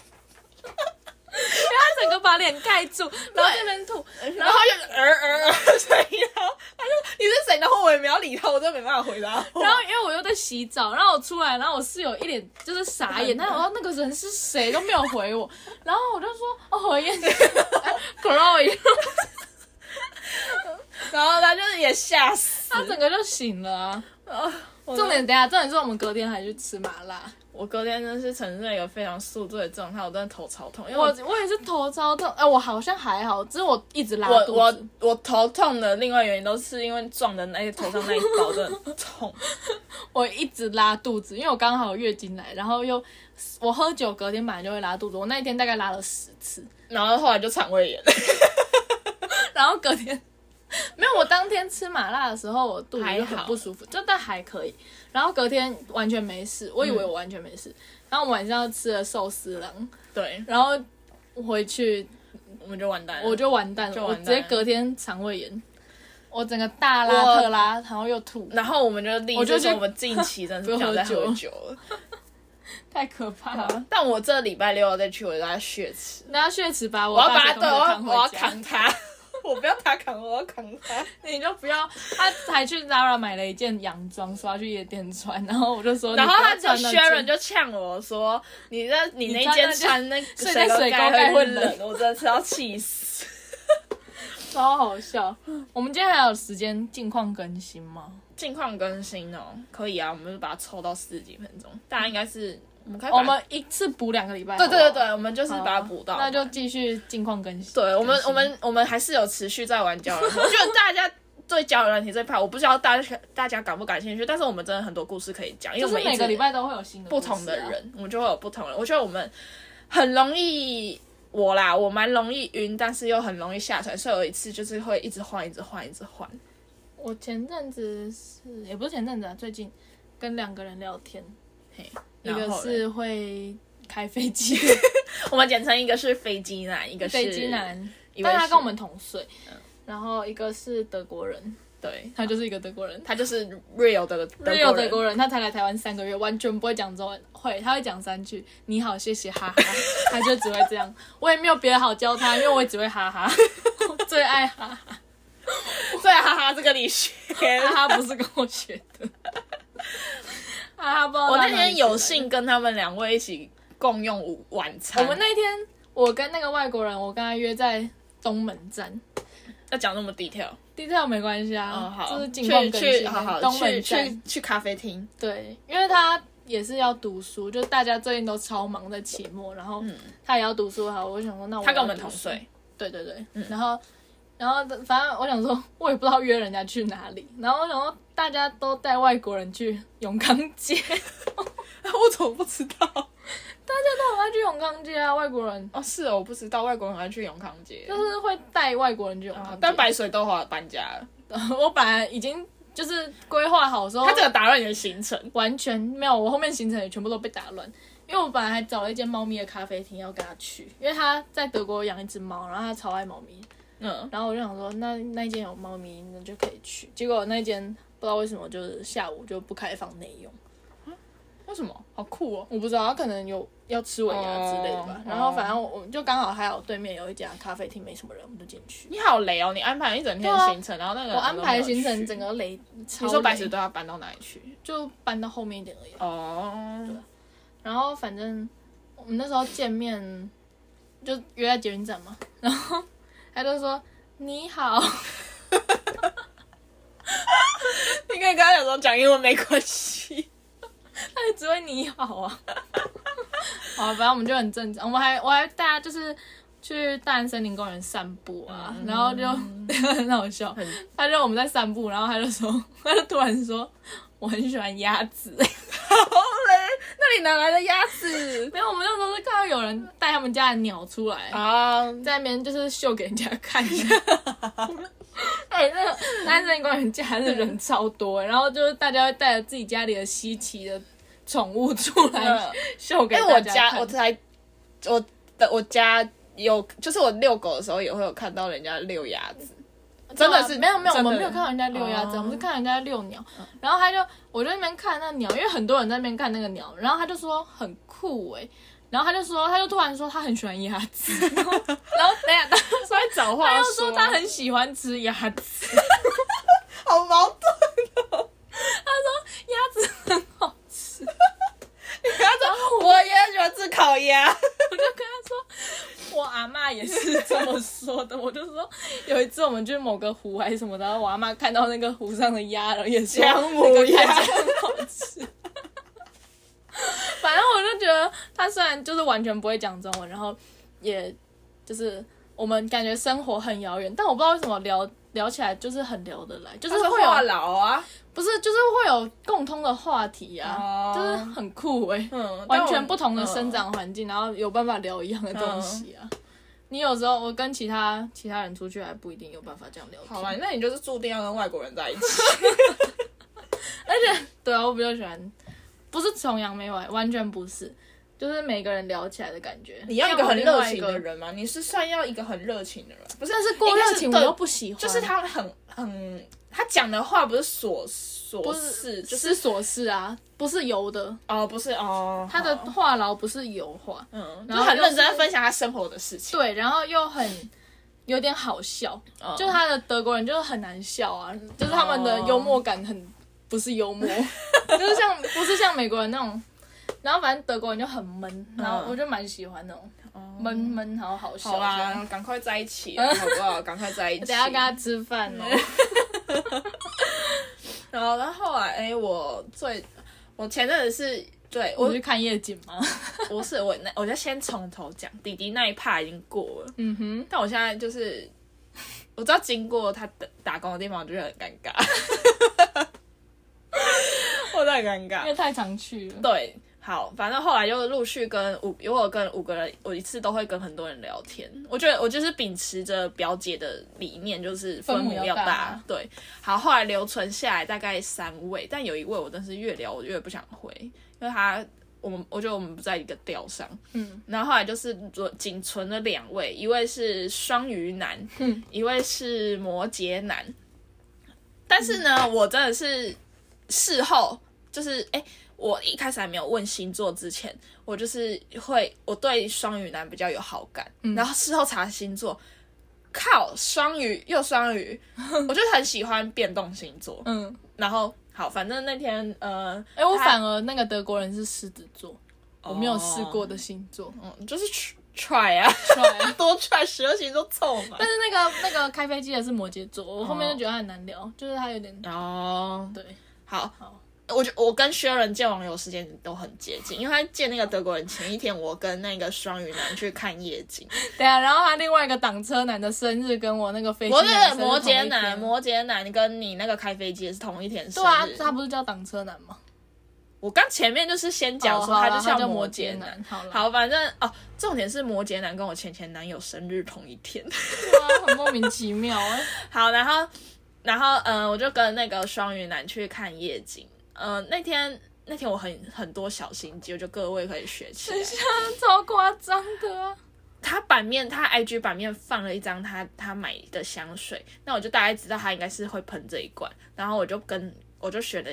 他整个把脸盖住，然后在那边吐，？”然后就呃呃呃，所以然后他就你是谁？然后我也没有理他，我真的没办法回答我。然后因为我又在洗澡，然后我出来，然后我室友一脸就是傻眼，他想说那个人是谁都没有回我，然后我哎就说哦何燕，Chloe，然后他就是也吓死。哦他整个就醒了、啊。重重点点，等一下，重点是我们隔天还去吃麻辣，我隔天真是呈现一个非常宿醉的状态，我真的头超痛，因为我我我也是头超痛，哎、我好像还好，只是我一直拉我肚我子，我头痛的另外原因都是因为撞的那些头上那一包真的很痛，我一直拉肚子，因为我刚好月经来，然后又我喝酒隔天本来就会拉肚子，我那一天大概拉了十次，然后后来就肠胃炎，然后隔天没有，我当天吃麻辣的时候，我肚子就还很好不舒服，就但还可以。然后隔天完全没事，我以嗯为我完全没事。然后我晚上吃了寿司郎， 对，然后回去我们就完蛋了。我就完蛋了，嗯就完我蛋直接隔天肠胃炎，我整个大拉特拉，然后又吐，然后我们就立我就志去说我们近期真的是不不喝想再酒喝酒了。太可嗯怕了。但我这礼拜六要再去我家血池，那血池把我我要大把他学对，同学我扛回要我要家，扛他， 我不要他扛，我要扛他。 你就不要。他还去 Zara 买了一件洋装，说要去夜店穿，然后我就说，然后他就就 Sharon 就呛我说：“你那你那间穿那个睡在水沟盖盖会会冷，我真的是要气死。超好笑！嗯我们今天还有时间近况更新吗？”近况更新哦，可以啊，我们就把它抽到四十几分钟，大家应该是我们可以把我们一次补两个礼拜。对对对好对，我们就是不好，把它补到，那就继续近况更新。对我们更，新我们，我们还是有持续在玩交友软体。我觉得大家对交友软体这一块，我不知道大家大家感不感兴趣，但是我们真的很多故事可以讲，因为就我是们每个礼一直拜都会有新的不故事啊同的。人，我们就会有不同人。我觉得我们很容易，我啦，我蛮容易晕，但是又很容易下船，所以有一次就是会一直换，一直换，一直换。我前阵子是也不是前阵子啊，最近跟两个人聊天，嘿，一个然后嘞是会开飞 机我们简称一个是飞机男，一个是飞机，男，一位但他是嗯跟我们同岁，然后一个是德国人，对，他就是一个德国人。他就是 real 的德 real 国德人。国人，他才来台湾三个月，完全不会讲中文，会，他会讲三句“你好，谢谢，哈 哈”，他就只会这样。我也没有别的好教他，因为我也只会哈 哈，我最爱哈哈，对，啊哈哈，这个你 学。哈哈不是跟我学的， 哈哈不知道我他那哪里学来的天有，幸跟他们两位一起共用午晚我餐。们那天我跟那个外国人，我跟他约在东门站。要讲那么 detail， detail 没关系啊，嗯，好，就是近况去更去新。好好东去门去站，去咖啡厅，对，因为他也是要读书，就大家最近都超忙在期末，然后他也要读书，好，我就想嗯说那我他跟我们也要同读书 岁，对对对，然后然后反正我想说，我也不知道约人家去哪里，然后我想说大家 都带外国人去永康街，我怎么不知道？都很爱去永康街啊，外国人哦，是哦，我不知道外国人还去永康街，就是会带外国人去永康啊街。但白水豆花搬家了， 我本来已经就是规划好说，他这个打乱你的行程。完全没有，我后面行程也全部都被打乱。因为我本来还找了一间猫咪的咖啡厅要跟他去，因为他在德国养一只猫，然后他超爱猫咪，嗯，然后我就想说那那一间有猫咪，那就可以去。结果那一间不知道为什么就是下午就不开放内用，为什么？好酷哦！我不知道他可能有要吃尾牙之类的吧。哦然后反正我我就刚好还有对面有一家咖啡厅没什么人，我们就进去。你好雷哦，你安排一整天的行程，然后那个啊我安排的行程整个，个雷，你你说白水豆花搬到哪里去？就搬到后面一点而已。哦，然后反正我们那时候见面就约在捷运站嘛， 然后他就说你好， 你可以跟他讲说讲英文没关 系。他就只会你好啊。 好，反正我们就很正常，我们还我还大家就是去大安森林公园散步啊，然后就 很好笑，他就我们在散步，然后他就说， 他就突然说我很喜欢鸭子。 好雷，那你哪来的鸭 子？没有，我们那时候是看到有人带他们家的鸟出来，啊，在那边就是秀给人家看。 哎、那个单身公园家是人超多，然后就是大家会带着自己家里的稀奇的宠物出来嗯秀给因为大我家家看。我才我的我家有，就是我遛狗的时候也会有看到人家遛鸭 子，真的是没有没有，我真的嗯们没有看到人家遛鸭子，哦我们是看人家遛鸟。然后他就我就在那边看那鸟，因为很多人在那边看那个鸟，然后他就说很酷哎、然后他就说，他就突然说他很喜欢鸭 子，然后然后等一下他出来找话他又说他很喜欢吃鸭子，好矛盾，哦鸭子很好吃。 他说我也喜欢吃烤鸭，我就跟他说，我阿嬷也是这么说的。我就说，有一次我们去某个湖还是什么的，然后我阿嬷看到那个湖上的鸭， 然后也说姜母那个鸭看起 来很好吃。反正我就觉得他虽然就是完全不会讲中文，然后也就是我们感觉生活很遥远，但我不知道为什么聊聊起来就是很聊得来，就是会话有痨啊，不是就是会有共通的话题啊，哦就是很酷哎、嗯完全不同的生，长环境，然后有办法聊一样的东西啊。你有时候我跟其他其他人出去还不一定有办法这样聊天。好了，那你就是注定要跟外国人 在一起，对啊，我比较喜欢，不是崇洋媚外，完全不是，就是每个人聊起来的感觉。你要一个很热情像我另外的一个，人吗？你是算要一个很热情的人，不是但是过热情我应该是对又不喜欢，就是他很很，他讲的话不是琐琐不事，是就是是琐事啊，不是油的，哦，不是哦，他的好话痨不是油话，嗯，就然后是很又认真地是分享他生活的事情，对，然后又很有点好笑，嗯就他的德国人就是很难笑啊，就是他们的幽默感很不是幽默， 就是像不是像美国人那种。然后反正德国人就很闷，然后我就蛮喜欢那种闷闷好嗯哦好笑好这样。啦，赶快在一起啊，好不好？赶快在一 起。等一下跟他吃饭哦。然后，然后后来，哎、我最我前阵子是对 我我去看夜景吗？不是我那我就先从头讲，弟弟那一趴已经过了， 嗯哼，但我现在就是我知道经过他打打工的地方，我就觉得很尴尬， 我真的很尴尬因为。太常去了。对，好，反正后来就陆续跟五，因为我跟五个人，我一次都会跟很多人聊天。我觉得我就是秉持着表姐的理念，就是分母分母要要大。大对，好，后来留存下来大概三位，但有一位我真是越聊我越不想回，因为他。我们我觉得我们不在一个调上，嗯，然后后来就是只仅存了两位，一位是双鱼男，嗯一位是摩羯男。但是呢，我真的是事后就是哎、我一开始还没有问星座之前，我就是会我对双鱼男比较有好感，嗯然后事后查星座，靠双鱼又 双鱼，我就很喜欢变动星座。嗯，然后好，反正那天呃，哎、我他反而那个德国人是狮子座，我没有试过的星座。嗯，就是 tr- try 啊，哦帅多 try 十二星座凑 嘛但。是那个那个开飞机的是摩羯座，我后面就觉得他很难聊，就是他有点哦，对，好好，我觉我跟薛仁见网友时间都很接近，因为他见那个德国人前一天，我跟那个双鱼男去看夜景，对啊，然后他另外一个挡车男的生日跟我那个飞机我男的那个生日同摩一羯天男，摩羯男跟你那个开飞机也是同一天生对啊日，，他不是叫挡车男吗？我刚前面就是先讲说哦好他啦像他叫摩摩羯羯男好啦好，反正哦，重点是摩羯男跟我前前男友生日同一天。对啊，很莫名其妙 哎、好，然后然后嗯、呃我就跟那个双鱼男去看夜景。嗯、那天那天我很很多小心机，我就各位可以学起来等一。下，超夸张的啊、他版面，他 IG 版面放了一张他他买的香水，那我就大概知道他应该是会喷这一罐，然后我就跟我就选了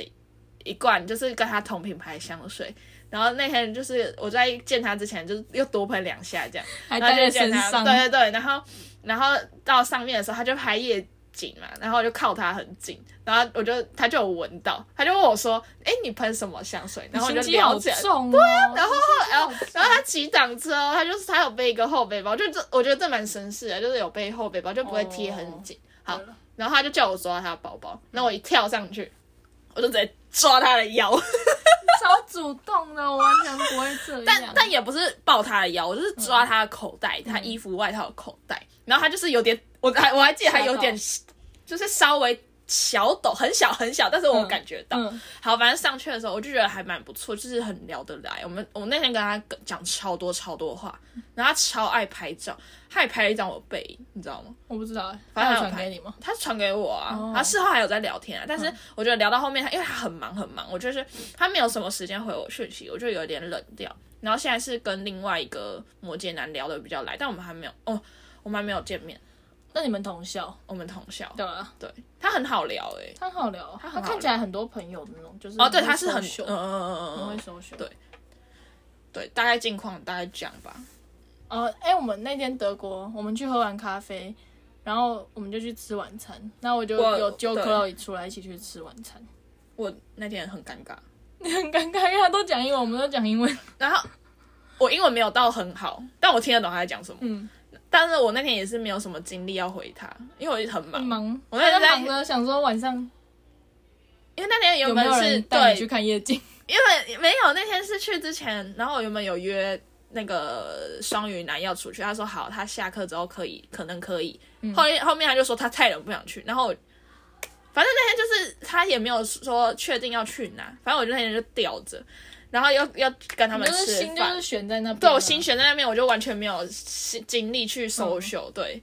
一罐，就是跟他同品牌的香水，然后那天就是我在见他之前，就是又多喷两下这样，还然后带在就见身他，上，对对对，然后然后到上面的时候，他就拍夜景嘛，然后我就靠他很近，然后我就他就有闻到，他就问我说，哎，你喷什么香水？然后我就心机聊好起来，重、哦，对啊，然后后来，然后他骑挡车哦，他就是他有背一个后背包，就这我觉得这蛮绅士的，就是有背后背包，就不会贴哦很紧。好，然后他就叫我抓他的包包，然后我一跳上去，我就直接抓他的腰，超主动的，我完全不会这样。但但也不是抱他的腰，我就是抓他的口袋，他衣服外套的口袋，然后他就是有点，我还我还记得他有点，就是稍微小抖，很小很小，但是我嗯感觉到。嗯，好，反正上去的时候我就觉得还蛮不错，就是很聊得来。我们我那天跟他讲超多超多话，然后他超爱拍照，他也拍了一张我背影，你知道吗？我不知道哎、反他正有他有传拍给你吗？他传给我啊，哦嗯他事后还有在聊天啊，但是我觉得聊到后面，他因为他很忙很忙，我就是他没有什么时间回我讯息，我就有点冷掉。然后现在是跟另外一个摩羯男聊得比较来，但我们还没有哦，我们还没有见面，那你们同校我们同校，对啊，对他很好聊诶、他很好聊哦，他很好聊看起来很多朋友的那种，就是哦，对，他是很嗯秀，嗯嗯嗯很嗯会嗯，收学。对对，大概近况大概讲吧。哦，哎、我们那天德国，我们去喝完咖啡，然后我们就去吃晚餐。那我就我有揪对 Chloe 出来一起去吃晚餐， 我那天很尴尬，你很尴尬，因为他都讲英文，我们都讲英文。然后我英文没有到很好，但我听得懂他在讲什么。嗯，但是我那天也是没有什么精力要回他，因为我很忙。很忙，我那天他在在忙着想说晚上因为那天有原没本有是人带对你去，看夜景。因为没有那天是去之前，然后我原本有约那个双鱼男要出去，他说好，他下课之后可以，可能可以。嗯后面后面他就说他太冷不想去，然后我反正那天就是他也没有说确定要去哪，反正我就那天就吊着，然后又要跟他你们就是吃心就饭。是悬在那边啊，对我心悬在那边，我就完全没有心精力去 social、对，嗯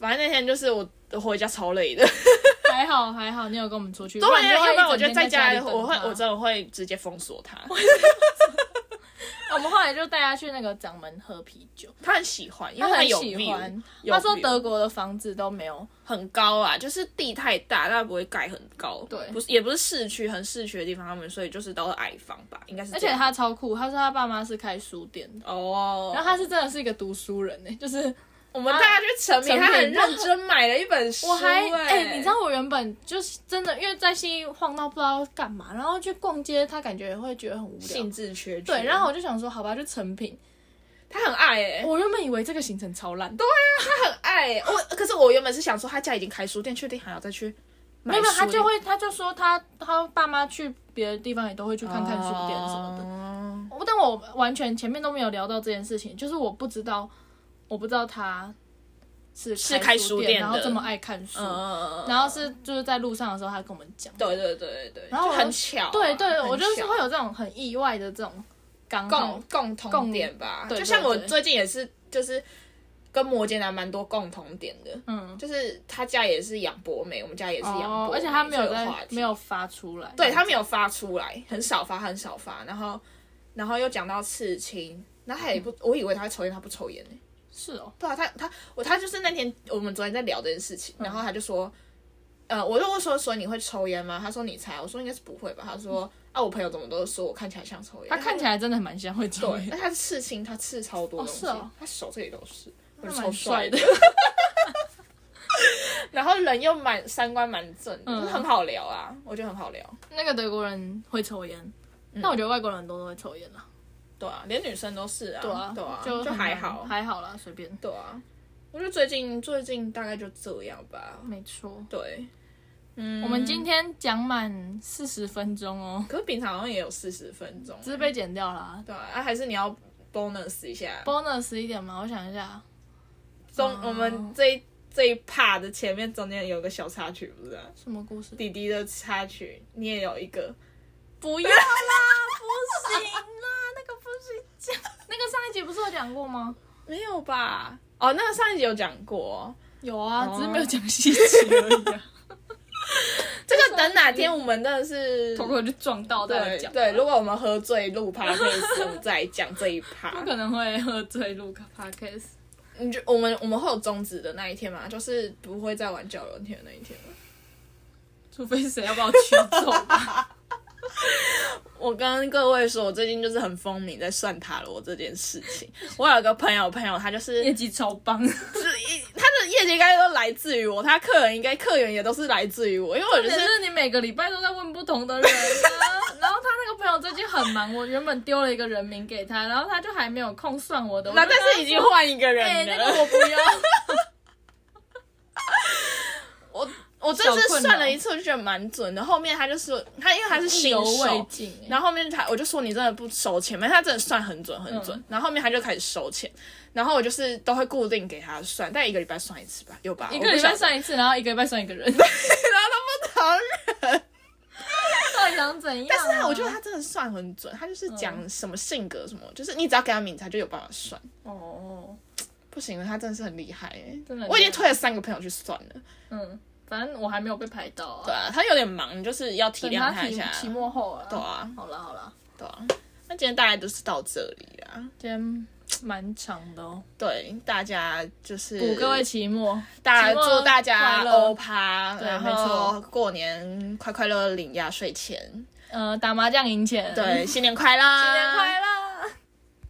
反正那天就是我我回家超累的，还好还好，你有跟我们出去，对，啊不然你就要会不然一我整觉天得在家家里里等我会他我真的会直接封锁他，我们后来就带他去那个掌门喝啤酒，他很喜欢，因为他很有喜 view，欢。有他说 view 德国的房子都没有，很高啊，就是地太大，但不会盖很高，对不是也不是市区，很市区的地方，他们所以就是都是矮房吧，应该是这而且样，他超酷，他说他爸妈是开书店的，哦，然后他是真的是一个读书人呢、就是我们大家去成品，成品他很然后认真买了一本书、我还哎、你知道我原本就是真的，因为在新义晃到不知道要干嘛，然后去逛街，他感觉会觉得很无聊兴。致缺缺，对，然后我就想说，好吧，就成品。他很爱哎、我原本以为这个行程超烂，爱、 我，可是我原本是想说他家已经开书店，确定还要再去买没有，没有他书就会他就说他他爸妈去别的地方也都会哦去看看书店什么的。么我但我完全前面都没有聊到这件事情，就是我不知道，我不知道他是是开开书店，店的然后这么爱看书，嗯，然后是就是在路上的时候他跟我们讲，对对对对，然后就我很巧啊、对对，很我就是巧会有这种很意外的这种刚好共，共同共点吧，对就对像我对最近也是就是跟摩羯男蛮多共同点的。嗯，就是他家也是养博美，我们家也是养博哦美、，而且他没有这个话在题没有发出来，对他没有发出来，很少发，很少发。然后，然后又讲到刺青，然后他也不，我以为他会抽烟，他不抽烟呢、是哦，对啊，他他我他就是那天我们昨天在聊这件事情，嗯然后他就说，呃，我就问说，所以你会抽烟吗？他说你猜，我说应该是不会吧。他说啊，我朋友怎么都说我看起来像抽烟，他看起来真的蛮像会抽对， 烟，那他刺青，他刺超多东哦是西，哦他手这里都是，我觉得蛮超帅帅的 然后人又蛮三观蛮正的，嗯就是很好聊啊，我觉得很好聊。那个德国人会抽烟，嗯但我觉得外国人很多都会抽烟啦，对啊，连女生都是啊，对啊，对啊，就就很还难好，还好啦，随便，对啊。我觉得最近最近大概就这样吧。没错。对，嗯，我们今天讲满四十分钟哦，可是平常好像也有四十分钟，只是被剪掉了啊、对啊，啊还是你要 bonus 一下。 bonus 一点嘛，我想一下，中、我们这一这一 part 的前面中间有个小插曲，不是、啊？什么故事？弟弟的插曲，你也有一个，不要啦，不行啦，那个不行讲。 那个上一集不是有讲过吗？没有吧？哦，那个上一集有讲过，有啊，哦只是没有讲细节而已、啊。这个等哪天我们真的是头盔就撞到再来对讲。对，如果我们喝醉录 p o d c 我们再讲这一趴。不可能会喝醉录个 podcast。你就我们我们会有终止的那一天嘛，就是不会再玩交友软件的那一天了。除非谁要把我取走吧。 我跟各位说，我最近就是很风靡在算塔罗这件事情。我有个朋友，朋友他就是业绩超 棒，就是一他的业绩应该都来自于我，他客人应该客源也都是来自于我，因为我就就是是你每个礼拜都在问不同的人啊。然后他那个朋友最近很忙，我原本丢了一个人名给他，然后他就还没有空算我的。我那就但是已经换一个人哎、了。那个我不要。我我这次小困扰算了一次，我就觉得蛮准的。后面他就说他因为 他是新意犹未手尽欸，然后后面他我就说你真的不收钱吗？他真的算很准很准。嗯然后后面他就开始收钱，然后我就是都会固定给他算，但一个礼拜算一次吧，有吧？一个礼拜算一次，然后一个礼拜算一个 人，到当 然，底想怎样、啊嗯但是他我觉得他真的算很准，他就是讲什么性格什么，就是你只要给他名字，他就有办法算。哦，不行了，他真的是很厉害哎、真的很厉害我已经推了三个朋友去算了。嗯，反正我还没有被排到对啊。啊，他有点忙，就是要等体谅他一期下。期末后啊。对啊，好了好了，对啊。那今天大概就是到这里啦。今天蛮长的哦，对大家就是补各位期末。大期末祝大快家乐欧趴，对然没后错过年快快乐领压岁钱，呃，打麻将赢钱。对，新年快乐，新年快乐，